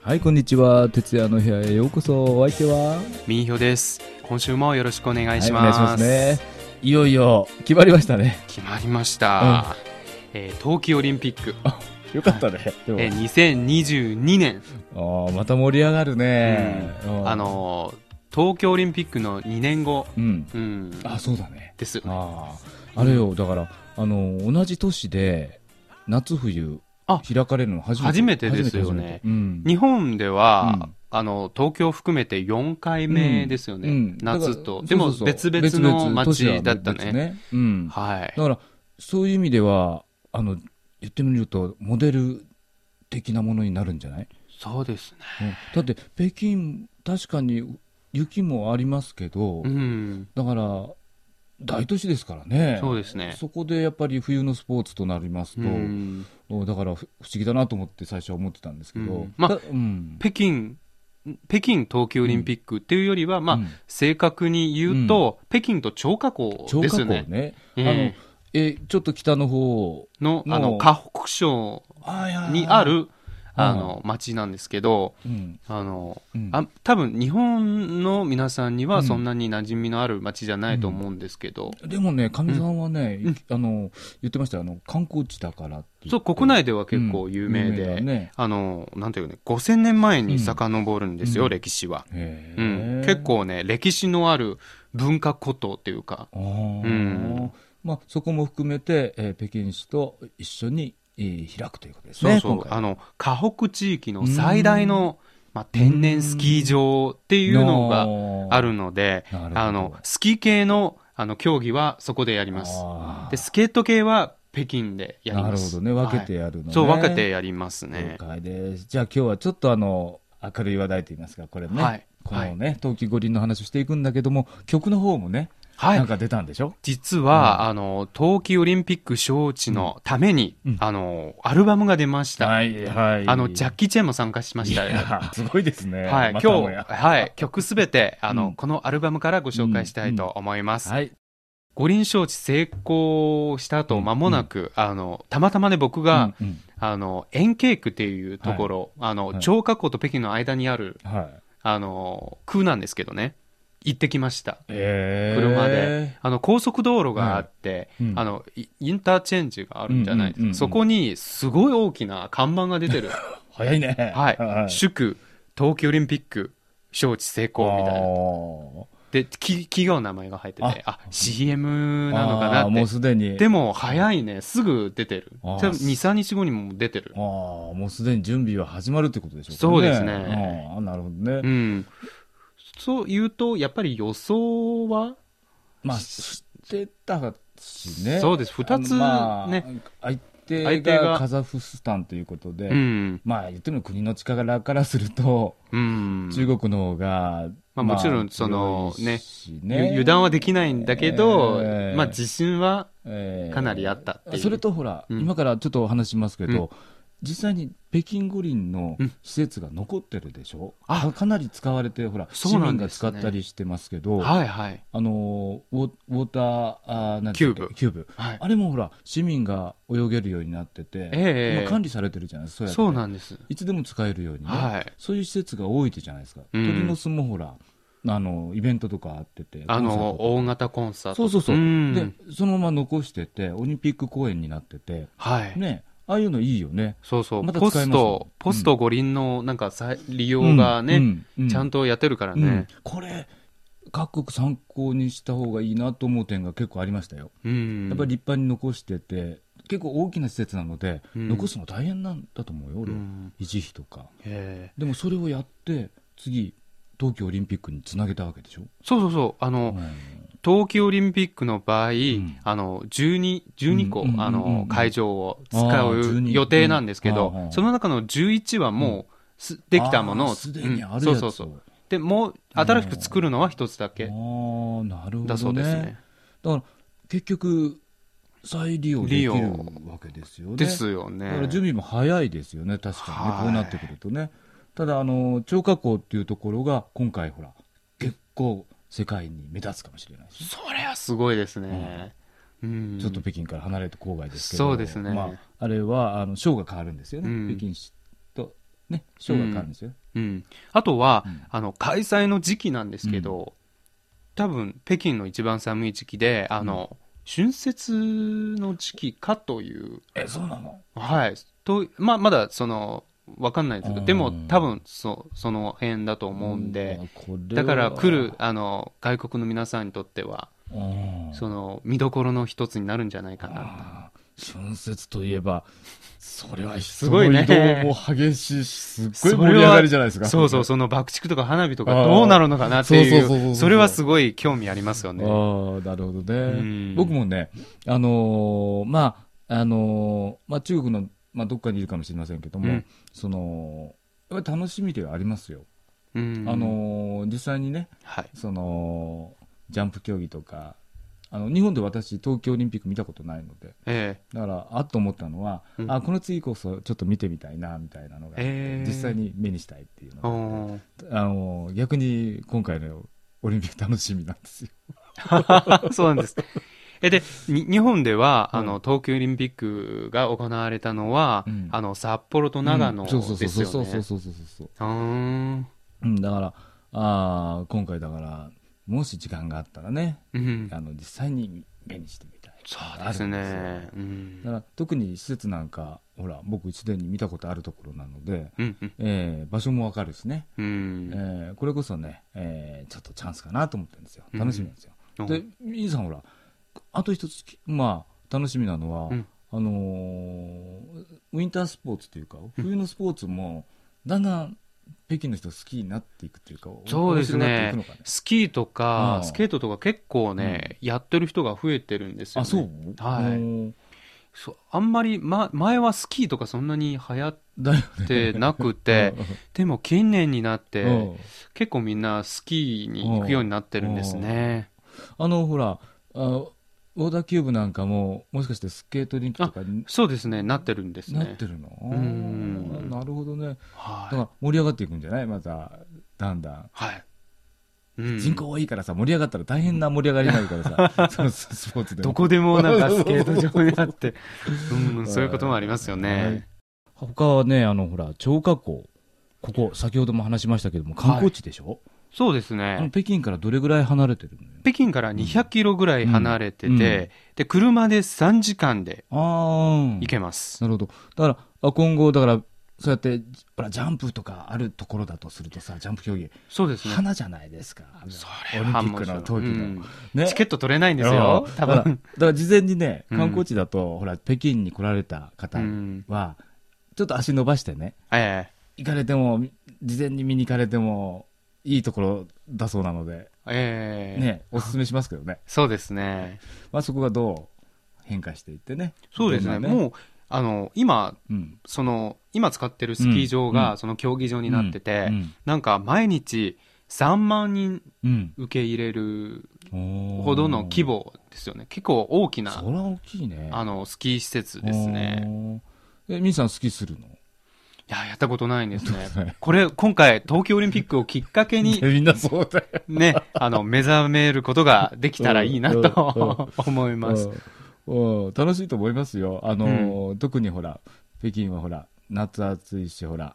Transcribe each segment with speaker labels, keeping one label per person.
Speaker 1: はい、こんにちは。徹夜の部屋へようこそ。お相手は、
Speaker 2: みーひょです。今週もよろしくお願いし
Speaker 1: はい、お願
Speaker 2: ま
Speaker 1: い
Speaker 2: す。
Speaker 1: しますね。いよいよ、決まりましたね。
Speaker 2: 決まりました。えー冬季オリンピック、
Speaker 1: よかったね。でも
Speaker 2: えー、2022年、
Speaker 1: あーまた盛り上がるね。うん
Speaker 2: あ、のー東京オリンピックの2年後、
Speaker 1: うん。
Speaker 2: うん、
Speaker 1: あ、そうだね。
Speaker 2: ですよね。
Speaker 1: ああ、あれよ、だから、あの、同じ都市で、夏冬、
Speaker 2: あ
Speaker 1: 開かれるの初めて。
Speaker 2: 初めてですよ
Speaker 1: 初
Speaker 2: ね
Speaker 1: めて初めてうん。
Speaker 2: 日本では、
Speaker 1: うん
Speaker 2: あの東京含めて4回目ですよね、
Speaker 1: うん
Speaker 2: 夏と
Speaker 1: だ
Speaker 2: で
Speaker 1: から
Speaker 2: も
Speaker 1: そうそうそ
Speaker 2: 別
Speaker 1: う
Speaker 2: 々の
Speaker 1: 都市は別
Speaker 2: 街だったね
Speaker 1: うん。だ
Speaker 2: はい
Speaker 1: から、そういう意味では、あの、言ってみると、モデル的なものになるんじゃない
Speaker 2: そうですね
Speaker 1: うんだって北京確かに雪もありますけど、
Speaker 2: うん
Speaker 1: だから大都市ですからね
Speaker 2: そうですね
Speaker 1: そこでやっぱり冬のスポーツとなります
Speaker 2: う
Speaker 1: と、
Speaker 2: ん
Speaker 1: だからふ不思議だなと思って最初は思ってたんですけど、
Speaker 2: うんまあ
Speaker 1: だうん
Speaker 2: 北京北京冬季オリンピックっていうよりは、まあ
Speaker 1: うん
Speaker 2: 正確に言うと、北京と張家口
Speaker 1: 張
Speaker 2: で
Speaker 1: 家
Speaker 2: す
Speaker 1: 口
Speaker 2: よね。
Speaker 1: ね、
Speaker 2: え
Speaker 1: あの
Speaker 2: え
Speaker 1: えちょっと北の方
Speaker 2: の
Speaker 1: も
Speaker 2: あの
Speaker 1: う
Speaker 2: 河北省にあ、るあの町なんですけど、
Speaker 1: うん
Speaker 2: あの
Speaker 1: うん
Speaker 2: あ多分日本の皆さんにはそんなに馴染みのある町じゃないと思うんですけど、
Speaker 1: でもね、かみさんはね、
Speaker 2: うん
Speaker 1: あの言ってましたよあの観光地だからって言って
Speaker 2: そう国内では結構有名で、
Speaker 1: うん有名だね
Speaker 2: あのなんていうかね5000年前に遡るんですよ、
Speaker 1: うん
Speaker 2: 歴史は、
Speaker 1: へ
Speaker 2: う
Speaker 1: ー
Speaker 2: ん、結構ね歴史のある文化古都っていうか
Speaker 1: あー
Speaker 2: ん
Speaker 1: まあ、そこも含めて、えー北京市と一緒に、えー開くということですね。
Speaker 2: そうそう
Speaker 1: 今回
Speaker 2: あの河北地域の最大の、まあ、天然スキー場っていうのがあるので
Speaker 1: なるほど
Speaker 2: あのスキー系のあの競技はそこでやります
Speaker 1: あー
Speaker 2: でスケート系は北京でやり
Speaker 1: な
Speaker 2: ま
Speaker 1: る
Speaker 2: す
Speaker 1: ほどね、分けて
Speaker 2: はい
Speaker 1: やるのね。
Speaker 2: そう分けてやりますね
Speaker 1: 了解です。じゃあ今日はちょっとあの明るい話題といいますか、これね、
Speaker 2: はい
Speaker 1: このね、冬季五輪の話をしていくんだけども、曲の方もね、
Speaker 2: はい
Speaker 1: なんか出たんでしょ
Speaker 2: 実は、あの冬季オリンピック招致のために、
Speaker 1: うん
Speaker 2: あのアルバムが出ました、
Speaker 1: い、はい
Speaker 2: あのジャッキー・チェンも参加しました
Speaker 1: いやすごいですね。
Speaker 2: はい、今
Speaker 1: ま
Speaker 2: 日
Speaker 1: たもや、
Speaker 2: はい、曲すべ て、あの、
Speaker 1: うん
Speaker 2: このアルバムからご紹介したいと思います。
Speaker 1: はい。
Speaker 2: 五輪招致成功した後、間もなく、あの、たまたまね、僕が、
Speaker 1: うんうん
Speaker 2: あの、円渓区っていうところ、あの、
Speaker 1: はい
Speaker 2: 張家口と北京の間にある、
Speaker 1: はい。
Speaker 2: あの、空なんですけどね、行ってきました。
Speaker 1: えー
Speaker 2: 車で。あの、高速道路があって、
Speaker 1: はいうん
Speaker 2: あの、イインターチェンジがあるんじゃないですか。
Speaker 1: うんうんうんうん
Speaker 2: そこに、すごい大きな看板が出 てる。
Speaker 1: 早いね。
Speaker 2: はい。祝、冬季オリンピック、招致成功みたいな。で、き企業の名前が入ってて、あ、CM なのか
Speaker 1: あ
Speaker 2: な
Speaker 1: ー
Speaker 2: っ
Speaker 1: も
Speaker 2: て
Speaker 1: う。すでに。
Speaker 2: でも、早いね。すぐ出てる。
Speaker 1: あー
Speaker 2: 多分2、3日後にも出てる
Speaker 1: あ。ーもうすでに準備は始まるってことでしょ
Speaker 2: そうですね
Speaker 1: ああ、なるほどね。
Speaker 2: うん。そう言うと、やっぱり予想は
Speaker 1: まあ、してたしね。
Speaker 2: そうです二つ
Speaker 1: あのまあ
Speaker 2: ね
Speaker 1: 相手
Speaker 2: 相手
Speaker 1: が
Speaker 2: が
Speaker 1: カザフスタンということで、
Speaker 2: うん。
Speaker 1: まあ、言ってみる国の力からすると、
Speaker 2: うん。
Speaker 1: 中国の方が、
Speaker 2: まあもちろんその
Speaker 1: 強いしね
Speaker 2: ゆ油断はできないんだけど、
Speaker 1: えー
Speaker 2: まあ自信は、
Speaker 1: えー
Speaker 2: かなりあったっていう
Speaker 1: それとほら、
Speaker 2: うん
Speaker 1: 今からちょっとお話しますけど、
Speaker 2: うん
Speaker 1: 実際に北京五輪の
Speaker 2: うん
Speaker 1: 施設が残ってるでしょ、
Speaker 2: あ
Speaker 1: かかなり使われて、ほら、
Speaker 2: そうなん
Speaker 1: 市民
Speaker 2: で
Speaker 1: が
Speaker 2: す
Speaker 1: 使
Speaker 2: ね
Speaker 1: ったりしてますけど、
Speaker 2: はいはい。
Speaker 1: あのウォウォーターあーなんていうんだっけキューブ、
Speaker 2: はい、
Speaker 1: あれもほら、市民が泳げるようになってて、
Speaker 2: ええ
Speaker 1: 今、管理されてるじゃないですか、
Speaker 2: そうなんんです。
Speaker 1: いつでも使えるようにね、
Speaker 2: はい。
Speaker 1: そういう施設が多いってじゃないですか、
Speaker 2: うん
Speaker 1: 鳥の巣もほら、あのイベントとかあってて、
Speaker 2: あ
Speaker 1: コンサート
Speaker 2: の、
Speaker 1: とか
Speaker 2: 大型コンサー
Speaker 1: そう
Speaker 2: ト。
Speaker 1: そうそう、
Speaker 2: ん
Speaker 1: でそのまま残しててオリンピック公演になってて
Speaker 2: はい。
Speaker 1: ねああいうのいいよね
Speaker 2: そうそう、
Speaker 1: また使
Speaker 2: ポ
Speaker 1: えます
Speaker 2: ス
Speaker 1: も
Speaker 2: ト
Speaker 1: ん、
Speaker 2: ポスト五輪のなんかさ利用がね、
Speaker 1: うんう
Speaker 2: ちゃん
Speaker 1: と
Speaker 2: とやってるから
Speaker 1: うん
Speaker 2: ね。
Speaker 1: これ各国参考にした方がいいなと思う点が結構ありましたよ、
Speaker 2: うん。
Speaker 1: やっぱり立派に残してて結構大きな施設なので、
Speaker 2: うん
Speaker 1: 残すの大変なんだと思うよ
Speaker 2: う
Speaker 1: 俺、
Speaker 2: ん、
Speaker 1: 維持費とか
Speaker 2: へえ
Speaker 1: でもそれをやって次東京オリンピックにつなげたわけでしょ、
Speaker 2: そうそうそう、あ
Speaker 1: う
Speaker 2: の、
Speaker 1: ん
Speaker 2: 冬季オリンピックの場合、
Speaker 1: ん
Speaker 2: あの、12、12個、
Speaker 1: うんうんうんうん
Speaker 2: あの、会場を使
Speaker 1: ああ
Speaker 2: う
Speaker 1: 12
Speaker 2: 予定なんですけ
Speaker 1: うんはい
Speaker 2: ど
Speaker 1: は、い
Speaker 2: その中の11はもう、すできたもの
Speaker 1: あー
Speaker 2: を、
Speaker 1: すでにあるやつ
Speaker 2: う
Speaker 1: を、
Speaker 2: んそうそうそう。で、もう、新しく作るのは一つだけ
Speaker 1: ああなるほど、ね、
Speaker 2: だそうですね。
Speaker 1: だから結局再利用できるわけですよね。
Speaker 2: ですよ
Speaker 1: だから
Speaker 2: ね。
Speaker 1: 準備も早いですよね、確かにね、
Speaker 2: はい
Speaker 1: こうなってくるとね。ただあの張家口っていうところが今回ほら結構世界に目立つかもしれないし、
Speaker 2: それはすごいですね。うん。
Speaker 1: ちょっと北京から離れて郊外ですけど、
Speaker 2: そうですね
Speaker 1: まあ、あれはあの省が変わるんですよね、
Speaker 2: うん
Speaker 1: 北京市とね省が変わるんですよ、
Speaker 2: うん、あとは、
Speaker 1: うん
Speaker 2: あの開催の時期なんですけど、多分北京の一番寒い時期であの、春節の時期かという、
Speaker 1: え、そうなの
Speaker 2: はいとまあ、まだその分かんないですけ
Speaker 1: う
Speaker 2: ど
Speaker 1: ん
Speaker 2: でも多分そその辺だと思うんで、
Speaker 1: うわ、これは
Speaker 2: だから来る、あの外国の皆さんにとっては
Speaker 1: うん
Speaker 2: その見どころの一つになるんじゃないかな
Speaker 1: あー春節といえば、それはす
Speaker 2: ごいね
Speaker 1: 移動も激しいし、すっごい盛り上がりじゃないですか。
Speaker 2: そうそう、
Speaker 1: そ
Speaker 2: その爆竹とか花火とかどうなるのかなって
Speaker 1: あーそうそうそう
Speaker 2: い
Speaker 1: そう
Speaker 2: う、それはすごい興味ありますよ
Speaker 1: う
Speaker 2: ね。
Speaker 1: ああ、なるほどね。
Speaker 2: うん
Speaker 1: 僕もね、あのーまあ、あのーまあ、中国の、まあ、どっかにいるかもしれませんけども、
Speaker 2: うん
Speaker 1: その、やっぱり楽しみではありますよ。
Speaker 2: うん
Speaker 1: あのー実際にね、
Speaker 2: はい。
Speaker 1: その、ジャンプ競技とか、あの、日本で私、東京オリンピック見たことないので、
Speaker 2: え
Speaker 1: だから、あっと思ったのは、
Speaker 2: うん
Speaker 1: あ、この次こそちょっと見てみたいな、みたいなのがあって、
Speaker 2: えー
Speaker 1: 実際に目にしたいっていう
Speaker 2: え
Speaker 1: の
Speaker 2: おー
Speaker 1: が、あのー逆に今回のオリンピック楽しみなんですよ。
Speaker 2: そうなんです。え、で、に日本では、
Speaker 1: うん
Speaker 2: あの、東京オリンピックが行われたのは、
Speaker 1: うん
Speaker 2: あの、札幌と長野
Speaker 1: うん
Speaker 2: で
Speaker 1: そ
Speaker 2: すよ
Speaker 1: う
Speaker 2: ね。
Speaker 1: そうそうそうそうそうそうそうそう。
Speaker 2: うーん。
Speaker 1: うん、だから、あー今回だから、もし時間があったらね、
Speaker 2: うん。
Speaker 1: あの実際に目にしてみたい。
Speaker 2: そうですね。うん
Speaker 1: だから特に施設なんか、ほら、僕一度に見たことあるところなので、
Speaker 2: うん。うん
Speaker 1: えー場所もわかるしね、
Speaker 2: う
Speaker 1: え
Speaker 2: ん。
Speaker 1: ーこれこそね、えーちょっとチャンスかなと思ってるんですよ。
Speaker 2: うん
Speaker 1: 楽しみなんですよ。で、インさんほら、あと一つき、まあ、楽しみなのは、
Speaker 2: うん
Speaker 1: あのーウィンタースポーツというか、冬のスポーツも、だんだん北京の人好きになっていくというか、
Speaker 2: そうですね
Speaker 1: 面白がっていくのかね。
Speaker 2: スキーと
Speaker 1: う
Speaker 2: か
Speaker 1: ん、
Speaker 2: スケートとか結構ね、やってる人が増えてるんですよ、ね。
Speaker 1: あ、そう
Speaker 2: はい
Speaker 1: い。
Speaker 2: そうあんまり、ま、前はスキーとかそんなに流行っ
Speaker 1: だよ、
Speaker 2: てなくて
Speaker 1: うん
Speaker 2: でも近年になって、
Speaker 1: うん
Speaker 2: 結構みんなスキーに行くようになってるんですね。
Speaker 1: あの、ほら、あウォーターキューブなんかも、もしかしてスケートリンクとかに
Speaker 2: そうですね、なってるんです
Speaker 1: なっ
Speaker 2: ね
Speaker 1: て。るの
Speaker 2: ん
Speaker 1: なるほどね。だか
Speaker 2: は
Speaker 1: ら盛り上がっていくんじゃないまた、だんだん。
Speaker 2: い。はい。うん
Speaker 1: 人口多いからさ、盛り上がったら大変な盛り上がりになるからさ、そのススポーツでも
Speaker 2: どこでもなんかスケート場にあ って、うん、そういうこともありますよ
Speaker 1: はい
Speaker 2: ね。
Speaker 1: 他はね、あの、ほら、張家口。ここ、先ほども話しましたけども、観光地でしょ、
Speaker 2: そうです
Speaker 1: あの
Speaker 2: ね。
Speaker 1: 北京からどれぐらい離れてるのよ
Speaker 2: 北京から200キロぐらい離れてて、
Speaker 1: うんうん
Speaker 2: で、車で3時間で
Speaker 1: あー
Speaker 2: 行けます。
Speaker 1: なるほど。だから、あ今後、だから、そうやって、ほら、ジャンプとかあるところだとするとさ、ジャンプ競技、
Speaker 2: そうですね。
Speaker 1: 花じゃないですか。
Speaker 2: そ
Speaker 1: オ
Speaker 2: れ
Speaker 1: リンピ
Speaker 2: は
Speaker 1: ッ
Speaker 2: も
Speaker 1: ク
Speaker 2: う
Speaker 1: の時の。
Speaker 2: うん
Speaker 1: ね
Speaker 2: チケット取れないんです
Speaker 1: あ
Speaker 2: よ
Speaker 1: の、だか
Speaker 2: 多
Speaker 1: ら、だ
Speaker 2: 分。
Speaker 1: から事前にね、
Speaker 2: うん
Speaker 1: 観光地だと、ほら、北京に来られた方
Speaker 2: うん
Speaker 1: は、ちょっと足伸ばしてね、
Speaker 2: え
Speaker 1: 行かれても、事前に見に行かれても、いいところだそうなので、
Speaker 2: えええ
Speaker 1: ね、おすすめしますけどね。
Speaker 2: そうですね。
Speaker 1: まあ、そこがどう変化していってね。
Speaker 2: そうですね。
Speaker 1: どんな
Speaker 2: もう、あの、今、
Speaker 1: うん。
Speaker 2: その、今使ってるスキー場
Speaker 1: う
Speaker 2: が、その競技場になってて、
Speaker 1: うん。
Speaker 2: なんか毎日3万人
Speaker 1: うん。
Speaker 2: 受け入れる
Speaker 1: ほ
Speaker 2: ほどの規模ですよね。結構大きな
Speaker 1: そ、れは大きいね。
Speaker 2: あの、スキー施設ですね。
Speaker 1: おー。え、ミンさん好きするの
Speaker 2: いや、やったことないんですね
Speaker 1: はい。
Speaker 2: これ、今回、東京オリンピックをきっか けに、
Speaker 1: みんなそうだよ。
Speaker 2: ね、あの、目覚めることができたらいいなと思います。
Speaker 1: うんうん楽しいと思いますよ。あのー、特にほら、北京はほら、夏暑いし、ほら。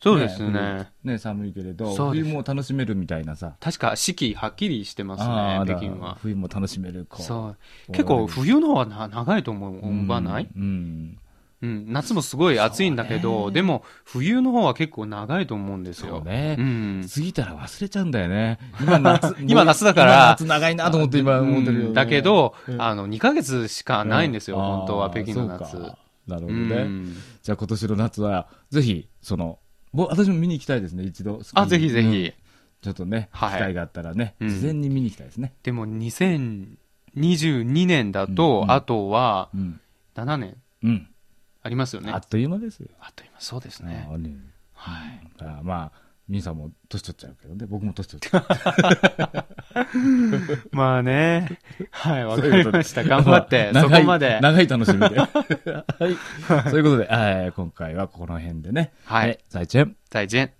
Speaker 2: そうです
Speaker 1: ね
Speaker 2: ね。
Speaker 1: ね、寒いけれど、
Speaker 2: そうで
Speaker 1: 冬
Speaker 2: す
Speaker 1: も楽しめるみたいなさ。
Speaker 2: 確か四季はっきりしてます
Speaker 1: あー
Speaker 2: ね、
Speaker 1: だ
Speaker 2: 北京は。
Speaker 1: 冬も楽しめる。こう
Speaker 2: そう結構冬の方はな長いと思う思わない、
Speaker 1: うんうん。
Speaker 2: うん夏もすごい暑いんだけど、でも冬の方は結構長いと思うんですよ。
Speaker 1: そうね
Speaker 2: う。ん、、
Speaker 1: 過ぎたら忘れちゃうんだよね。今夏
Speaker 2: 今夏だから
Speaker 1: 今夏長いなと思って今思ってるよ、
Speaker 2: うんだけど、
Speaker 1: うん
Speaker 2: あの2ヶ月しかないんですよ、
Speaker 1: う
Speaker 2: 本当は
Speaker 1: あー
Speaker 2: 北京の夏。
Speaker 1: そうかなるほ
Speaker 2: う
Speaker 1: どね。
Speaker 2: ん
Speaker 1: じゃあ今年の夏は、ぜひ、その、ぼ私も見に行きたいですね、一度。
Speaker 2: あぜひぜひ、
Speaker 1: うんちょっとね、
Speaker 2: はい
Speaker 1: 機会があったらね、
Speaker 2: うん
Speaker 1: 事前に見に行きたいですね。
Speaker 2: でも2022年だと、
Speaker 1: うん
Speaker 2: あとは
Speaker 1: うん。
Speaker 2: 7年
Speaker 1: うん。
Speaker 2: ありますよね。
Speaker 1: あっという間ですよ。
Speaker 2: あっと今そうですね。
Speaker 1: あね
Speaker 2: はい、
Speaker 1: だからまあ、ミンさんも年取っちゃうけどね、僕も年取っちゃう。
Speaker 2: まあね、はい、わ
Speaker 1: そ
Speaker 2: か
Speaker 1: ういう
Speaker 2: り
Speaker 1: ことで
Speaker 2: ました。頑張って、そ
Speaker 1: 長い
Speaker 2: こまで。
Speaker 1: 長い楽 しみで。はい。そういうことで、はい今回はこの辺でね。
Speaker 2: はい
Speaker 1: え。再见。
Speaker 2: 再见。